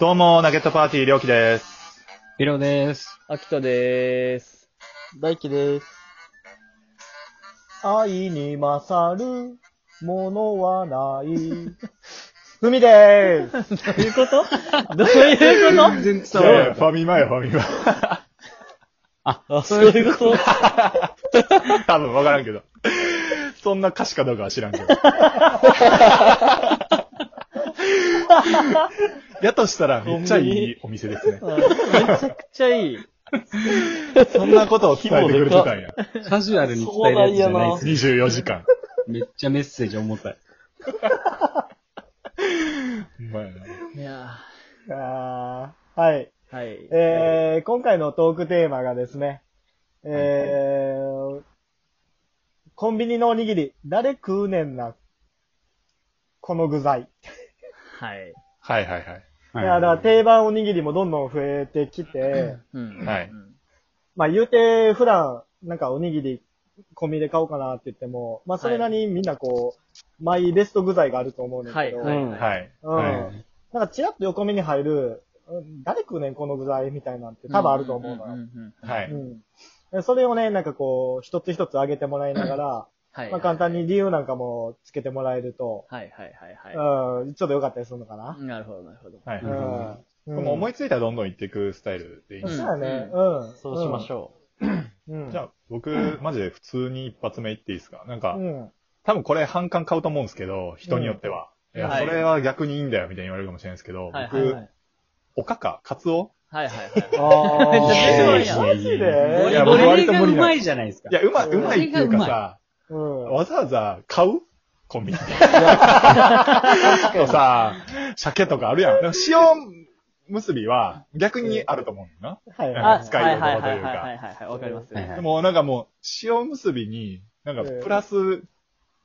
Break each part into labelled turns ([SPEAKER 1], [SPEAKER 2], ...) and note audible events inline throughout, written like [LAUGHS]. [SPEAKER 1] どうも、ナゲットパーティー、りょうきです。
[SPEAKER 2] ヒロです。
[SPEAKER 3] 秋田でーす。
[SPEAKER 4] 大輝です。
[SPEAKER 3] 愛に勝るもの
[SPEAKER 1] [LAUGHS]
[SPEAKER 3] はない。ふみでーす。どういうことどういうこ
[SPEAKER 1] い
[SPEAKER 2] 全然伝
[SPEAKER 1] やいや
[SPEAKER 2] わ
[SPEAKER 1] ファミマよ、ファミマ。 [LAUGHS]
[SPEAKER 3] とあ、そういうこと
[SPEAKER 1] 多分わからんけど。そんな歌詞かどうかは知らん
[SPEAKER 3] [LAUGHS]
[SPEAKER 1] けど。やとしたら、めっちゃいいお店ですね。
[SPEAKER 3] めちゃくちゃいい。
[SPEAKER 1] そんなことを伝えてくれてたんや。
[SPEAKER 2] る。カジュアルに伝えるやつじゃないです。
[SPEAKER 1] 24時間。
[SPEAKER 2] めっちゃメッセージ重たい。
[SPEAKER 1] ほんまやない
[SPEAKER 3] や
[SPEAKER 4] あーはい。
[SPEAKER 3] ーはい。
[SPEAKER 4] えー、今回のトークテーマがですね、えー、コンビニのおにぎり、誰食うねんな、この具材。
[SPEAKER 3] はい。
[SPEAKER 1] はいはいはい。
[SPEAKER 4] いや、だから定番おにぎりもどんどん増えてきて、
[SPEAKER 3] うん
[SPEAKER 1] はい
[SPEAKER 4] まあ言うて、普段、なんかおにぎり、コンビニで買おうかなって言っても、まあそれなりにみんなこう、マイベスト具材があると思うねんだ
[SPEAKER 3] は
[SPEAKER 4] け
[SPEAKER 3] い。
[SPEAKER 4] ど、
[SPEAKER 3] はい。
[SPEAKER 2] うん
[SPEAKER 3] はい。
[SPEAKER 1] はい。
[SPEAKER 4] うん
[SPEAKER 1] はい
[SPEAKER 4] なんかチラッと横目に入る、うん誰食うねんこの具材みたいなんて多分あると思うのよ。
[SPEAKER 3] んうん
[SPEAKER 1] は
[SPEAKER 4] う
[SPEAKER 1] い。
[SPEAKER 4] んで。それをね、なんかこう、一つ一つ上げてもらいながら、
[SPEAKER 3] はい。
[SPEAKER 4] まあ簡単に理由なんかもつけてもらえると、
[SPEAKER 3] はいはいはい
[SPEAKER 4] うん、ちょっと良かったりするのかな
[SPEAKER 3] は。い。なるほど、なるほど。
[SPEAKER 1] はい。
[SPEAKER 2] ん
[SPEAKER 4] うん。
[SPEAKER 1] でも思
[SPEAKER 4] い、
[SPEAKER 1] いついたらどんどん行っていくスタイルでいいん
[SPEAKER 4] う
[SPEAKER 1] です
[SPEAKER 4] ん、そう
[SPEAKER 1] ね
[SPEAKER 4] やね。うん。
[SPEAKER 3] そうしまし
[SPEAKER 4] ょ
[SPEAKER 3] ょ
[SPEAKER 4] う。うん。
[SPEAKER 1] じゃあ、僕、マジで普通に一発目行っていいですかなんか、
[SPEAKER 4] うん。
[SPEAKER 1] 多分これ反感買うと思うんですけど、人によっては。
[SPEAKER 4] うん
[SPEAKER 1] いや、
[SPEAKER 3] はい
[SPEAKER 1] それは逆にいいんだよ、みたいに言われるかもしれないですけど、
[SPEAKER 3] はいはい
[SPEAKER 1] 僕、おかか、カツオ
[SPEAKER 3] う。はいはいはい。
[SPEAKER 4] あ
[SPEAKER 3] めっちゃ強いやん
[SPEAKER 4] マジ
[SPEAKER 1] い
[SPEAKER 2] い
[SPEAKER 4] で
[SPEAKER 1] や
[SPEAKER 2] や、
[SPEAKER 1] 僕割
[SPEAKER 2] 僕割
[SPEAKER 1] と無
[SPEAKER 2] と無
[SPEAKER 1] 理
[SPEAKER 2] 理
[SPEAKER 1] な
[SPEAKER 2] な。
[SPEAKER 1] ん
[SPEAKER 2] いいじゃないですか。
[SPEAKER 1] いや、うま、
[SPEAKER 4] うん
[SPEAKER 1] うまいっていうか
[SPEAKER 2] あれ
[SPEAKER 1] さ、
[SPEAKER 4] うん。
[SPEAKER 1] わざわざ買うコンビニで。そうさ、鮭とかあるやん。なんか塩結びは逆にあると思うんだよ
[SPEAKER 4] はい
[SPEAKER 1] あ
[SPEAKER 4] はい。
[SPEAKER 1] 使いどころと
[SPEAKER 3] は
[SPEAKER 1] いう
[SPEAKER 3] い
[SPEAKER 1] か
[SPEAKER 3] はいはいはいはい。わかります
[SPEAKER 2] はいは
[SPEAKER 1] な。
[SPEAKER 2] い
[SPEAKER 1] でもなんかもう、塩結びに、なんかプラス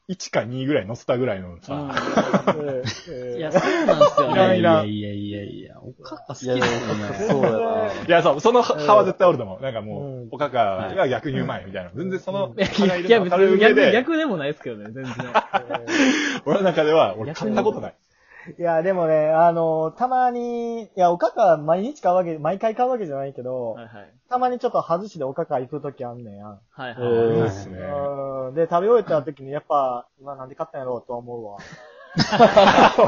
[SPEAKER 1] 1か2ぐらい乗せたぐらいの
[SPEAKER 3] うん
[SPEAKER 1] さ、
[SPEAKER 4] うん
[SPEAKER 3] いや、そうなんですよ
[SPEAKER 1] いや
[SPEAKER 3] ね。
[SPEAKER 1] い
[SPEAKER 2] い
[SPEAKER 1] や
[SPEAKER 2] や
[SPEAKER 1] い
[SPEAKER 2] いやいやいや、おかか好き
[SPEAKER 5] いや
[SPEAKER 2] で
[SPEAKER 5] いや、
[SPEAKER 2] すよね。
[SPEAKER 5] そうやな。
[SPEAKER 1] いや、そう、その派は絶対おると思う。なんか
[SPEAKER 4] う、
[SPEAKER 1] もうんおかかが逆にうまいみたいな。全然その、
[SPEAKER 3] いや
[SPEAKER 1] 互
[SPEAKER 3] い
[SPEAKER 1] い
[SPEAKER 3] や、
[SPEAKER 1] の分
[SPEAKER 3] 別
[SPEAKER 1] かれる
[SPEAKER 3] に
[SPEAKER 1] 上
[SPEAKER 3] 逆、
[SPEAKER 1] で、
[SPEAKER 3] 逆でもないですけど
[SPEAKER 1] [LAUGHS]
[SPEAKER 3] ね、全然。
[SPEAKER 1] 俺の中では、俺買ったことない。
[SPEAKER 4] いや、でもね、あの、たまに、いや、おかか毎日買うわけ、毎回買うわけじゃないけど、
[SPEAKER 3] はいはい。
[SPEAKER 4] たまにちょっと外しでおかか行くときあんねんやん。
[SPEAKER 3] はい
[SPEAKER 5] え
[SPEAKER 3] はい。
[SPEAKER 5] ー
[SPEAKER 1] いいっすね。
[SPEAKER 4] うんで、食べ終えた時にやっぱ、今なんで買ったんやろうとは思
[SPEAKER 3] [LAUGHS]
[SPEAKER 4] うわ。
[SPEAKER 3] そう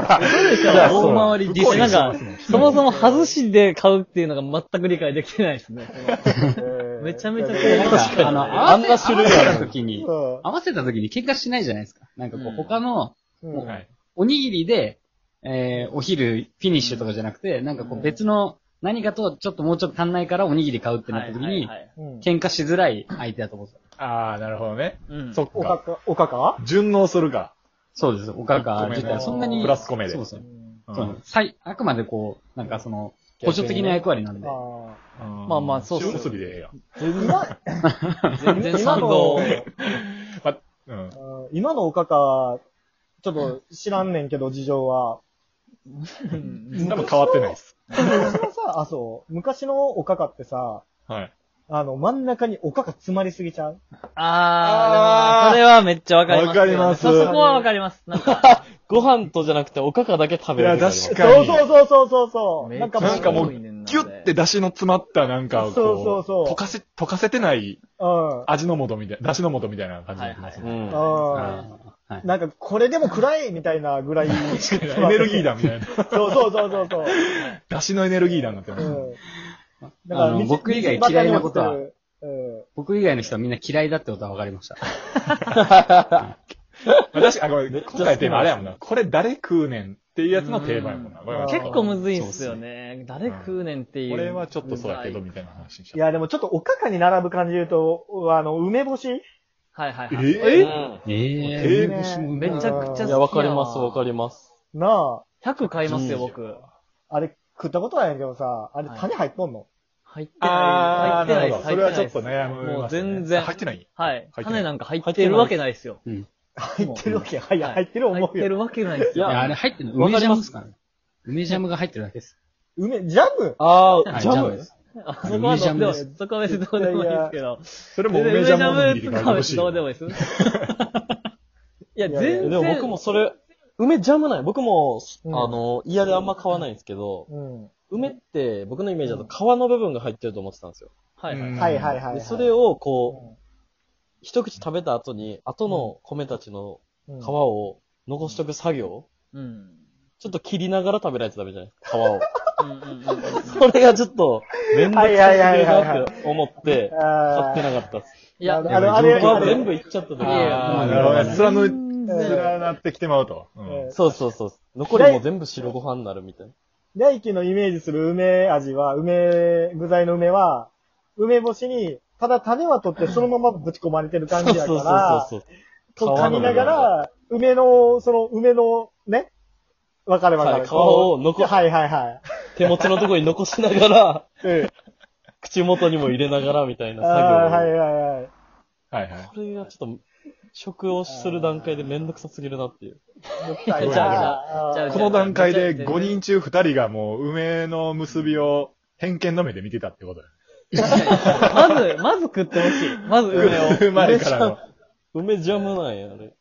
[SPEAKER 1] じゃあそう
[SPEAKER 2] 大回りディス
[SPEAKER 3] なん
[SPEAKER 2] が。
[SPEAKER 3] か、そもそも外しで買うっていうのが全く理解できてないですね。めちゃめちゃ怖
[SPEAKER 4] え
[SPEAKER 3] い
[SPEAKER 2] なんかあの、
[SPEAKER 5] あんな種類
[SPEAKER 2] 合わ
[SPEAKER 5] あ
[SPEAKER 2] せた
[SPEAKER 5] る
[SPEAKER 2] 時に、
[SPEAKER 4] ー
[SPEAKER 2] 合わせた時に喧嘩しないじゃないですか。なんかこ
[SPEAKER 3] う
[SPEAKER 2] う、
[SPEAKER 3] ん
[SPEAKER 2] 他の
[SPEAKER 4] うん
[SPEAKER 2] もう
[SPEAKER 1] はい。
[SPEAKER 2] おにぎりで、えー、お昼フィニッシュとかじゃなくて、なんかこ
[SPEAKER 3] うん
[SPEAKER 2] う別の何かとちょっともうちょっと足んないからおにぎり買うってなった時
[SPEAKER 3] はい
[SPEAKER 2] に
[SPEAKER 3] は、い
[SPEAKER 4] うん
[SPEAKER 2] 喧嘩しづらい相手だと思ってた。
[SPEAKER 1] あー、なるほどね。
[SPEAKER 3] はい。
[SPEAKER 1] そ
[SPEAKER 3] そ
[SPEAKER 1] っ
[SPEAKER 4] お
[SPEAKER 1] か。
[SPEAKER 4] かか、おかか
[SPEAKER 1] 順応するか。
[SPEAKER 2] そうです。おかか自体そんなに。
[SPEAKER 1] プラスコメで
[SPEAKER 2] そうそう。
[SPEAKER 1] うん
[SPEAKER 2] そうなんです最、あくまでこう、なんかその、補助的な役割なんで。
[SPEAKER 4] あ
[SPEAKER 1] ま
[SPEAKER 3] あまあそうっす
[SPEAKER 1] 塩結びでええやん。
[SPEAKER 3] う。全然
[SPEAKER 4] 今
[SPEAKER 3] 賛同
[SPEAKER 4] の。、
[SPEAKER 1] ま、うん。
[SPEAKER 4] うん今のおかか、ちょっと知らんねんけど、事情は。
[SPEAKER 3] うん
[SPEAKER 1] 多分変わってないっす。
[SPEAKER 4] 昔のさ、あ、そう、昔のおかかってさ、
[SPEAKER 1] はい。
[SPEAKER 4] あの、真ん中におかか詰まりすぎちゃう
[SPEAKER 3] あー、でもそれはめっちゃわかりますよ
[SPEAKER 1] わ
[SPEAKER 3] ね。
[SPEAKER 1] かります
[SPEAKER 3] そそこはわかります。なんか、
[SPEAKER 1] [LAUGHS]
[SPEAKER 5] ご飯とじゃなくておかかだけ食べる。
[SPEAKER 1] いや確か
[SPEAKER 4] そうそうそうそうそうそう。
[SPEAKER 3] めっ
[SPEAKER 4] なん
[SPEAKER 3] ち
[SPEAKER 4] か
[SPEAKER 3] ゃ
[SPEAKER 1] なんかもう
[SPEAKER 3] 多いねんな
[SPEAKER 1] キュッて、出汁の詰まったなんかをこ
[SPEAKER 4] そうそうそう
[SPEAKER 1] 溶かせ、溶かせてない
[SPEAKER 4] うん。
[SPEAKER 1] 味の素みたいな、出汁の素みたいな感じになってます
[SPEAKER 5] う
[SPEAKER 1] ね。
[SPEAKER 5] ん。
[SPEAKER 4] うん。
[SPEAKER 2] あーはい
[SPEAKER 4] なんか、これでも暗いみたいなぐらい。
[SPEAKER 1] 確かにエネルギーだみたいな。
[SPEAKER 4] そうそうそうそうそう。
[SPEAKER 1] 出汁のエネルギーだになってます。
[SPEAKER 4] うん。
[SPEAKER 2] あの僕以外嫌いなことは
[SPEAKER 4] うん。う
[SPEAKER 2] 僕以外の人はみんな嫌いだってことは分かりました。
[SPEAKER 1] 私、あ、これ、今回テーマあれやもんな。これ誰食うねんっていうやつのテーマやもんな。
[SPEAKER 3] うん
[SPEAKER 1] これは
[SPEAKER 4] あー
[SPEAKER 1] ちょっ
[SPEAKER 3] 結
[SPEAKER 1] と
[SPEAKER 3] 構むずいっすよね。誰食うねんっていう。
[SPEAKER 1] これはちょっとそうやけど、みたいな話にし
[SPEAKER 4] ん。い
[SPEAKER 1] ちゃっ
[SPEAKER 4] や、でもちょっとおかかに並ぶ感じで言うと、あの、梅干し
[SPEAKER 3] はいはい
[SPEAKER 1] た。
[SPEAKER 3] はい。
[SPEAKER 5] う
[SPEAKER 1] えー
[SPEAKER 5] ん
[SPEAKER 2] え
[SPEAKER 1] えー
[SPEAKER 2] え
[SPEAKER 4] 梅干しも
[SPEAKER 3] めちゃくちゃ好き
[SPEAKER 4] うん
[SPEAKER 5] いや、わかります、わかります。
[SPEAKER 4] な
[SPEAKER 3] 100買いますよ、
[SPEAKER 2] うん
[SPEAKER 3] 僕。
[SPEAKER 4] あ、あれ食ったことないんやけどさ、あれ
[SPEAKER 3] はい
[SPEAKER 4] 種入っとんの
[SPEAKER 3] 入って
[SPEAKER 1] あー、
[SPEAKER 3] ない。入って
[SPEAKER 1] な
[SPEAKER 3] な
[SPEAKER 1] る
[SPEAKER 3] いで
[SPEAKER 1] ほ
[SPEAKER 3] す
[SPEAKER 1] ど。それはちょっと悩
[SPEAKER 3] 入ってない
[SPEAKER 1] む、
[SPEAKER 3] ですもう全然。
[SPEAKER 1] 入ってない
[SPEAKER 3] はい。
[SPEAKER 1] 入ってない
[SPEAKER 3] 種なんか入ってるわけないですよ。
[SPEAKER 4] 入ってるわけ、はい、
[SPEAKER 3] はい
[SPEAKER 4] 入ってる思
[SPEAKER 3] 入っ
[SPEAKER 4] う
[SPEAKER 3] て
[SPEAKER 4] よ。
[SPEAKER 3] るわけないです
[SPEAKER 2] い
[SPEAKER 3] よ。
[SPEAKER 2] や、あれ入ってるの梅ジャムですからね。梅ジャムが入ってるだけです。
[SPEAKER 4] 梅、ジャム
[SPEAKER 5] あ
[SPEAKER 2] は
[SPEAKER 5] ー、
[SPEAKER 2] い
[SPEAKER 5] ジャム
[SPEAKER 2] です。
[SPEAKER 3] あそこはどうでもいいです。そこは別にどうでもいいですけど。
[SPEAKER 1] それも
[SPEAKER 3] 梅
[SPEAKER 1] 梅
[SPEAKER 3] ジ
[SPEAKER 1] ジ
[SPEAKER 3] ャ
[SPEAKER 1] ャ
[SPEAKER 3] ム
[SPEAKER 1] ム
[SPEAKER 3] お
[SPEAKER 1] おに
[SPEAKER 3] にぎ
[SPEAKER 1] ぎ
[SPEAKER 3] り
[SPEAKER 1] りが
[SPEAKER 3] が欲
[SPEAKER 1] 欲
[SPEAKER 3] し
[SPEAKER 1] し
[SPEAKER 3] い
[SPEAKER 1] い。
[SPEAKER 3] どうでもいいです。いや、
[SPEAKER 4] いや
[SPEAKER 3] 全
[SPEAKER 4] いや
[SPEAKER 5] で
[SPEAKER 3] 然。
[SPEAKER 5] も僕もそれ、梅ジャムない。僕も、
[SPEAKER 4] う
[SPEAKER 5] あ
[SPEAKER 4] ん
[SPEAKER 5] の、嫌であんま買わないんですけど、
[SPEAKER 4] うん。
[SPEAKER 5] 梅って僕のイメージだと皮の部分が入ってると思ってたんですよ。
[SPEAKER 1] はいはい
[SPEAKER 4] はいはいはい、は
[SPEAKER 5] で
[SPEAKER 4] い。
[SPEAKER 5] それをこう、一口食べた後に、後の米たちの
[SPEAKER 6] うん
[SPEAKER 5] 皮を残しとく作業、
[SPEAKER 3] うん。
[SPEAKER 5] ちょっと切りながら食べないとダメじゃないですか、皮を。
[SPEAKER 3] うんうんうんうん
[SPEAKER 5] それがちょっと、めんどくさすぎるなって思って、買
[SPEAKER 4] あ
[SPEAKER 5] って
[SPEAKER 4] ー
[SPEAKER 5] なかったっす。
[SPEAKER 3] いや、
[SPEAKER 4] あ
[SPEAKER 3] い
[SPEAKER 4] のあれ、あれ、
[SPEAKER 5] 僕
[SPEAKER 4] あ
[SPEAKER 5] は全
[SPEAKER 4] れ、
[SPEAKER 5] 部いっちゃったと
[SPEAKER 3] や、
[SPEAKER 1] あー
[SPEAKER 3] も
[SPEAKER 1] なるほどね。貫い、
[SPEAKER 3] う
[SPEAKER 4] うん
[SPEAKER 1] 貫なってきてまうと。うん
[SPEAKER 4] え
[SPEAKER 5] そうそうそう。残りも全部白ご飯になるみたいな。
[SPEAKER 4] 大輝のイメージする梅味は、梅、具材の梅は、梅干しに、ただ種は取ってそのままぶち込まれてる感
[SPEAKER 5] そう
[SPEAKER 4] じやか
[SPEAKER 5] そう
[SPEAKER 4] ら、
[SPEAKER 5] そうそう。
[SPEAKER 4] こう噛みながら、梅の、その、梅の、ね、分かれ分か
[SPEAKER 5] は
[SPEAKER 4] れ。
[SPEAKER 5] い皮を残
[SPEAKER 4] こうはいはいは
[SPEAKER 5] 手持ちのところに残しなが [LAUGHS] ら、
[SPEAKER 4] い。うん。
[SPEAKER 5] 口元にも入れながらみたいな
[SPEAKER 4] ああー、
[SPEAKER 5] 作
[SPEAKER 4] はい
[SPEAKER 5] 業を。
[SPEAKER 4] はいはい。
[SPEAKER 1] はいはい。
[SPEAKER 5] これがちょっと、食をする段階でめんどくさすぎるなっていう。
[SPEAKER 4] もったいない
[SPEAKER 3] じゃ
[SPEAKER 4] あー
[SPEAKER 3] じゃあ
[SPEAKER 1] この段階で5人中2人がもう梅の結びを偏見の目で見てたってことだよ
[SPEAKER 3] まず、まず食ってほしい。まず梅を。
[SPEAKER 1] ね。うまいからの。
[SPEAKER 5] 梅ジャムなんや、あれ。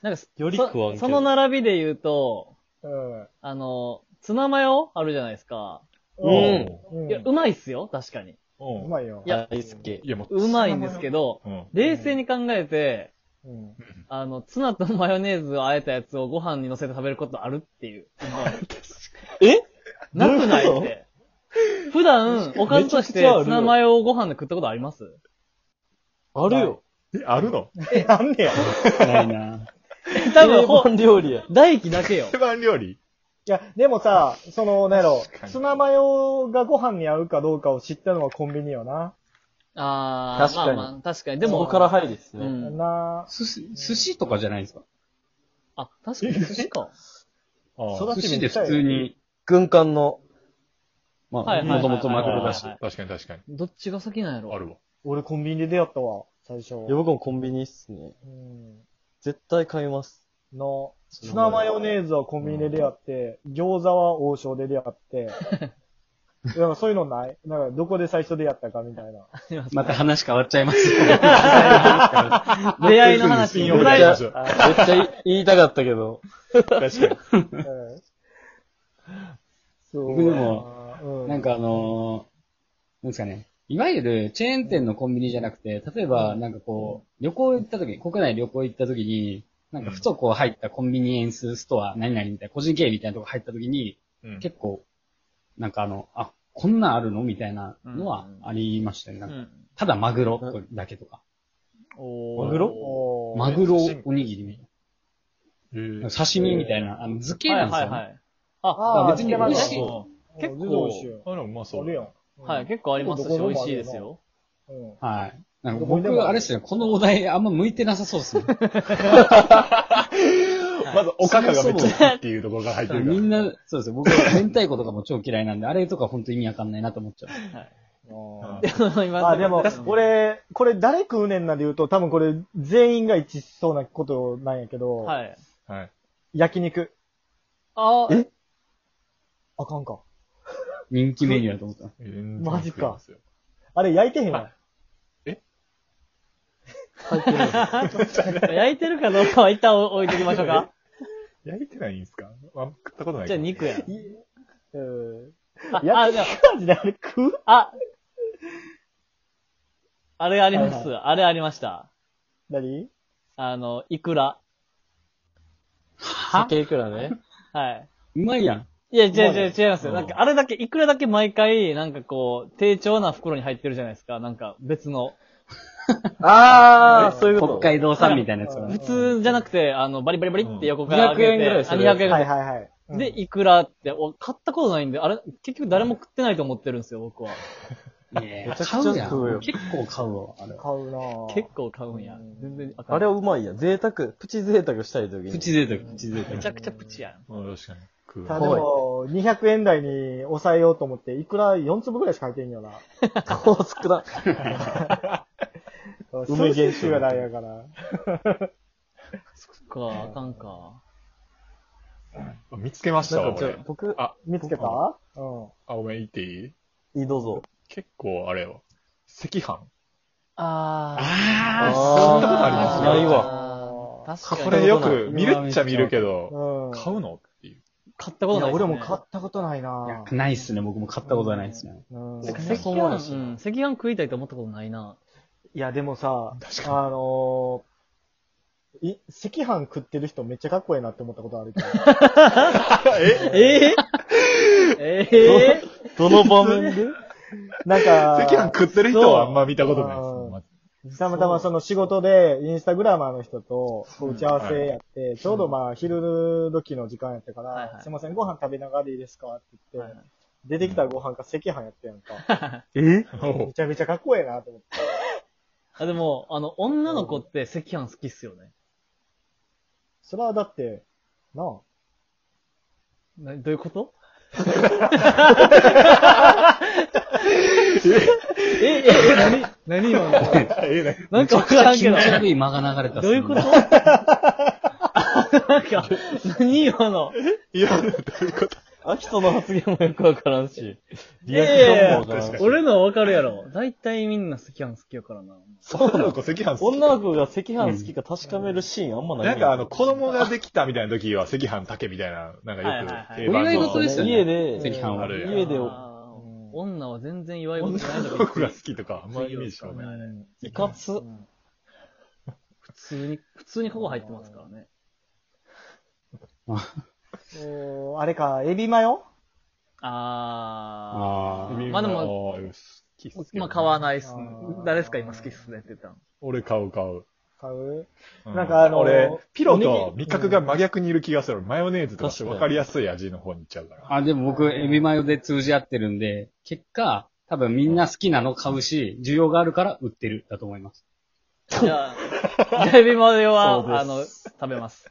[SPEAKER 3] なんか、
[SPEAKER 5] より
[SPEAKER 3] そ
[SPEAKER 5] 食わんけど
[SPEAKER 3] その並びで言うと、
[SPEAKER 4] うん。
[SPEAKER 3] あの、ツナマヨあるじゃないですか。
[SPEAKER 5] うん
[SPEAKER 4] う
[SPEAKER 3] いや、うまいっすよ、確かに。
[SPEAKER 1] うん。
[SPEAKER 4] う
[SPEAKER 1] うん。
[SPEAKER 4] まいよ。
[SPEAKER 3] いや
[SPEAKER 5] 大好き。
[SPEAKER 1] いや、もう。
[SPEAKER 3] うまいんですけど、
[SPEAKER 1] うん。
[SPEAKER 3] 冷静に考えて、
[SPEAKER 4] うん。
[SPEAKER 3] あの、ツナとマヨネーズを和えたやつをご飯に乗せて食べることあるっていう。
[SPEAKER 5] え
[SPEAKER 3] なくない
[SPEAKER 5] どう
[SPEAKER 3] っ
[SPEAKER 5] い
[SPEAKER 3] て。普段、おかずとし
[SPEAKER 5] めちゃくちゃあ
[SPEAKER 3] て
[SPEAKER 5] るよ
[SPEAKER 3] ツナマヨをご飯で食ったことあります
[SPEAKER 5] あるよ。
[SPEAKER 1] えあるの
[SPEAKER 4] [LAUGHS] なんでや。
[SPEAKER 2] ないな
[SPEAKER 3] 多分、ほ
[SPEAKER 5] 定番料理や。
[SPEAKER 3] 大輝だけよ
[SPEAKER 1] 定。番料理
[SPEAKER 4] いや、でもさ、その、なんやろ
[SPEAKER 1] 確か、に
[SPEAKER 4] ツナマヨがご飯に合うかどうかを知ったのはコンビニよな。
[SPEAKER 3] あー、
[SPEAKER 5] 確かに
[SPEAKER 3] まあまあ、確かに。で
[SPEAKER 5] でも、
[SPEAKER 3] も、
[SPEAKER 5] ここから入りです
[SPEAKER 3] う
[SPEAKER 5] ね。
[SPEAKER 3] ん。
[SPEAKER 4] な
[SPEAKER 2] [LAUGHS] 寿司、寿司とかじゃないですか
[SPEAKER 3] あ、確かに寿司か。
[SPEAKER 1] ああ
[SPEAKER 4] そ
[SPEAKER 2] 寿司で普通に、
[SPEAKER 5] 軍艦の、
[SPEAKER 2] ま
[SPEAKER 3] はい
[SPEAKER 2] あ、
[SPEAKER 3] はいはい
[SPEAKER 2] も
[SPEAKER 3] はい
[SPEAKER 2] ともとマグロだし
[SPEAKER 3] はい。はい
[SPEAKER 1] 確かに確かに。
[SPEAKER 3] どっちが先なんや
[SPEAKER 1] あ
[SPEAKER 3] ろ。
[SPEAKER 1] るわ。
[SPEAKER 4] 俺コンビニで出会ったわ、最初。
[SPEAKER 5] いや、僕もコンビニっすね。
[SPEAKER 4] うん。
[SPEAKER 5] 絶対買います。
[SPEAKER 4] の、ツナマヨネーズはコンビニで出会って、餃子は王将で出会
[SPEAKER 2] [LAUGHS]
[SPEAKER 4] って、なんかそういうのないなんかどこで最初出会ったかみたいな。
[SPEAKER 2] また話変わっちゃい
[SPEAKER 5] [LAUGHS]
[SPEAKER 2] ます。
[SPEAKER 3] 出会いの話
[SPEAKER 1] 金
[SPEAKER 3] に
[SPEAKER 1] 曜日
[SPEAKER 3] 無
[SPEAKER 1] で行
[SPEAKER 3] 駄
[SPEAKER 1] き
[SPEAKER 3] や
[SPEAKER 1] ましょう。
[SPEAKER 5] めっちゃ言いたかったけど。
[SPEAKER 1] 確かに。
[SPEAKER 4] うんそう。
[SPEAKER 2] 僕でも
[SPEAKER 4] う
[SPEAKER 2] なん、かあのー、なんですかね。いわゆるチェーン店のコンビニじゃなくて、例えばなんかこう、旅行行った時、国内旅行行った時に、なんかふとこう入ったコンビニエンスストア、何々みたいな、個人経営みたいなとこ入った時に、
[SPEAKER 1] うん
[SPEAKER 2] 結構、なんかあの、あ、こんなんあるのみたいなのはありましたね。なんか
[SPEAKER 3] ん。
[SPEAKER 2] ただマグロだけとか。
[SPEAKER 3] おー
[SPEAKER 5] マグロ
[SPEAKER 4] おー
[SPEAKER 2] マグロおにぎりみたいな。刺身みたいな、あの、漬け
[SPEAKER 3] は
[SPEAKER 2] ないんで
[SPEAKER 3] は
[SPEAKER 2] すよ
[SPEAKER 3] い
[SPEAKER 2] ね、
[SPEAKER 3] はい。
[SPEAKER 4] あ
[SPEAKER 2] 別に美味しい
[SPEAKER 4] うん
[SPEAKER 3] 結構
[SPEAKER 4] 全然美味しいよ
[SPEAKER 1] あれうまそう。
[SPEAKER 4] あるやん。
[SPEAKER 3] はい、結構ありますし、
[SPEAKER 4] どこでも
[SPEAKER 3] 美
[SPEAKER 4] ある
[SPEAKER 3] 味
[SPEAKER 4] よ
[SPEAKER 3] し
[SPEAKER 4] な
[SPEAKER 3] いですよ。
[SPEAKER 4] うん。
[SPEAKER 2] はい。なんか
[SPEAKER 4] どこでも
[SPEAKER 2] 僕、あれっすね、このお題あんま向いてなさそうっすね。
[SPEAKER 1] まず、おかかがめっちゃいいっていうところが入ってるから。
[SPEAKER 2] みんな、そうですよ。僕、明太子とかも超嫌いなんで、あれとか本当意味わかんないなと思っちゃう。
[SPEAKER 4] あ
[SPEAKER 1] う
[SPEAKER 3] 今 [LAUGHS]
[SPEAKER 4] でも、俺、これ誰食うねんなんで言うと、多分これ全員が一致しそうなことなんやけど、
[SPEAKER 3] はい。
[SPEAKER 1] んはい。
[SPEAKER 4] 焼肉。
[SPEAKER 3] あー、
[SPEAKER 4] あかんか。
[SPEAKER 2] 人気メニューだと思った。
[SPEAKER 4] マジかあれ焼いてへんわ。
[SPEAKER 3] [LAUGHS] 焼いてるかどうかは一旦 [LAUGHS] 置いときましょうか。
[SPEAKER 1] 焼いてないんですかあんま食ったことないけ
[SPEAKER 3] じゃあ
[SPEAKER 1] ど。
[SPEAKER 3] 肉や。
[SPEAKER 4] うん。
[SPEAKER 3] あ、あ、
[SPEAKER 4] 焼
[SPEAKER 3] じゃあ
[SPEAKER 4] き味であれ食う
[SPEAKER 3] あ、あれあります。あれありました。
[SPEAKER 4] 何
[SPEAKER 3] あの、イクラ。
[SPEAKER 5] 酒いくらね。
[SPEAKER 3] はい。
[SPEAKER 2] うまいやん。
[SPEAKER 3] いや、違う違う違いますよ。なんか、あれだけ、イクラだけ毎回、なんかこう、低調な袋に入ってるじゃないですか。なんか、別の。
[SPEAKER 5] あー、そういう
[SPEAKER 2] 北
[SPEAKER 5] こと。
[SPEAKER 2] 海道産みたいなやつが
[SPEAKER 3] 普
[SPEAKER 2] ね。
[SPEAKER 3] 通じゃなくて、あの、バリバリバリって横から開けて。
[SPEAKER 5] 200円ぐらいです
[SPEAKER 3] あ、
[SPEAKER 5] よ
[SPEAKER 3] 200
[SPEAKER 5] ね
[SPEAKER 3] 円ぐらい
[SPEAKER 4] はいはいはい。うん
[SPEAKER 3] で、、イクラって、お買ったことないんで、あれ、結局誰も食ってないと思ってるんですよ、僕は。
[SPEAKER 2] いや
[SPEAKER 5] めちゃくち
[SPEAKER 2] 買
[SPEAKER 5] ゃ
[SPEAKER 2] うや
[SPEAKER 5] 食うよ
[SPEAKER 2] ん。結構買うわ、あれ。
[SPEAKER 4] 買うなぁ。
[SPEAKER 3] 結構買うんや。全然あかん
[SPEAKER 5] あれはうまいや。贅沢。プチ贅沢したい時に。
[SPEAKER 2] プチ贅沢、プチ贅
[SPEAKER 3] め
[SPEAKER 2] 沢
[SPEAKER 3] ち。ゃくちゃプチやん。
[SPEAKER 1] うん確かに。食う
[SPEAKER 4] た
[SPEAKER 1] わ
[SPEAKER 4] だでも、200円台に抑えようと思って、いくら4粒ぐらいしか入ってんよな。
[SPEAKER 5] [LAUGHS] 高少な。
[SPEAKER 4] 梅現象がないやから。
[SPEAKER 3] そっか、あかんか。
[SPEAKER 1] 見つけました
[SPEAKER 5] な
[SPEAKER 1] わ、
[SPEAKER 5] んか、じゃ
[SPEAKER 1] 俺
[SPEAKER 5] あ。僕、
[SPEAKER 1] あ、
[SPEAKER 4] 見つけたうん。
[SPEAKER 1] あ、ごめん、言っていい
[SPEAKER 5] いい、どうぞ。
[SPEAKER 1] 結構、あれよ。赤飯
[SPEAKER 3] あ
[SPEAKER 2] あ
[SPEAKER 5] あー
[SPEAKER 1] そんなことあります
[SPEAKER 5] ない
[SPEAKER 3] あ
[SPEAKER 5] わ。
[SPEAKER 3] ー。確か
[SPEAKER 1] こ
[SPEAKER 3] に。
[SPEAKER 1] れよく見るっちゃ見るけど、
[SPEAKER 4] うん。
[SPEAKER 1] 買うのっていう。
[SPEAKER 3] 買ったことないです、ね。
[SPEAKER 4] 俺も買ったことないなぁ。
[SPEAKER 2] ないっすね、僕も買ったことないですね。
[SPEAKER 4] うん
[SPEAKER 3] なんか
[SPEAKER 5] そも
[SPEAKER 3] 赤
[SPEAKER 5] そもやし
[SPEAKER 3] 飯、うん、赤飯食いたいと思ったことないな。
[SPEAKER 4] いや、でもさ、
[SPEAKER 1] 確か
[SPEAKER 4] あのー、い、赤飯食ってる人めっちゃかっこええなって思ったことあるけど。
[SPEAKER 3] ええええ
[SPEAKER 5] どの場面で
[SPEAKER 4] なん
[SPEAKER 1] に。
[SPEAKER 4] か、
[SPEAKER 1] 赤飯食ってる人はあんま見たことないです
[SPEAKER 4] そう
[SPEAKER 1] まず。
[SPEAKER 4] たまたまその仕事で、インスタグラマーの人とこう打ち合わせやって、ちょうどまあ、昼時の時間やったか
[SPEAKER 3] はいは
[SPEAKER 4] ら、
[SPEAKER 3] い
[SPEAKER 4] すいません、ご飯食べながらでいいですかって
[SPEAKER 3] [LAUGHS]
[SPEAKER 4] 言
[SPEAKER 3] はい
[SPEAKER 4] っ
[SPEAKER 3] は
[SPEAKER 4] て、出てきたご飯が赤飯やったやん [LAUGHS] か。
[SPEAKER 5] え
[SPEAKER 1] お
[SPEAKER 4] めちゃめちゃかっこええなと思って。
[SPEAKER 3] あ、でも、あの、女の子って赤飯好きっすよね。
[SPEAKER 4] それはだって、なあ。
[SPEAKER 3] などういうこと [LAUGHS] え、え、え、なに、なに今の
[SPEAKER 1] ええね。
[SPEAKER 3] なん [LAUGHS] かわ
[SPEAKER 2] めち
[SPEAKER 3] か
[SPEAKER 2] ゃ
[SPEAKER 3] ら
[SPEAKER 2] く
[SPEAKER 3] ん
[SPEAKER 2] ち
[SPEAKER 3] け
[SPEAKER 2] ゃ気
[SPEAKER 3] ど
[SPEAKER 2] 持。ち悪い間が流れたっ
[SPEAKER 3] ど
[SPEAKER 2] す
[SPEAKER 3] う
[SPEAKER 2] ね
[SPEAKER 3] いうこと [LAUGHS] なんか、何今の。
[SPEAKER 1] いや、どういうこと
[SPEAKER 5] アキトの発言もよくわからんし、リアクションもわからんし。
[SPEAKER 1] [LAUGHS]
[SPEAKER 3] 俺のはわかるやろ。大体みんな赤飯好きやからな。
[SPEAKER 1] 女の子赤飯好き。
[SPEAKER 5] 女の子が赤飯好きか確かめるシーンあんまない。
[SPEAKER 1] なんかあの、子供ができたみたいな時は赤飯竹みたいな、なんか
[SPEAKER 3] はい
[SPEAKER 1] よ
[SPEAKER 3] はいは
[SPEAKER 1] く
[SPEAKER 3] い
[SPEAKER 1] 定番
[SPEAKER 2] お祝い
[SPEAKER 1] の
[SPEAKER 2] 事ですよね
[SPEAKER 5] 家で、
[SPEAKER 2] 赤飯は
[SPEAKER 1] あるやん
[SPEAKER 5] 家で
[SPEAKER 3] あー女は全然祝い事じゃない
[SPEAKER 1] 女
[SPEAKER 3] と
[SPEAKER 1] の
[SPEAKER 3] びっ [LAUGHS]
[SPEAKER 1] 子
[SPEAKER 3] く
[SPEAKER 1] が
[SPEAKER 3] り
[SPEAKER 1] 好きとか、あんまりイメージしかない。
[SPEAKER 5] いかつ。
[SPEAKER 3] うん普通に、普通にここ入ってますからね。
[SPEAKER 4] おーあれか、エビマヨ
[SPEAKER 3] あ
[SPEAKER 2] あ
[SPEAKER 3] ー
[SPEAKER 2] あ。
[SPEAKER 3] まあでも
[SPEAKER 1] も、好きっすけ
[SPEAKER 3] ー。
[SPEAKER 1] ど
[SPEAKER 3] まあ、買わないっすね
[SPEAKER 4] あー。
[SPEAKER 3] 誰ですか今好きっすねって
[SPEAKER 1] [LAUGHS]
[SPEAKER 3] 言ったの。
[SPEAKER 1] 俺買う買う。
[SPEAKER 4] 買う
[SPEAKER 1] う
[SPEAKER 4] なんかあの
[SPEAKER 1] 俺、ピロと
[SPEAKER 4] おにぎり
[SPEAKER 1] 味覚が真逆にいる気がする。マヨネーズとか
[SPEAKER 5] 確かに
[SPEAKER 1] 分かりやすい味の方に行っちゃうから。
[SPEAKER 2] あ、でも僕、エビマヨで通じ合ってるんで、結果、多分みんな好きなの買うし、需要があるから売ってる、だと思います。
[SPEAKER 3] じゃあ、エビマヨ
[SPEAKER 5] そうです
[SPEAKER 3] は、あの、食べます。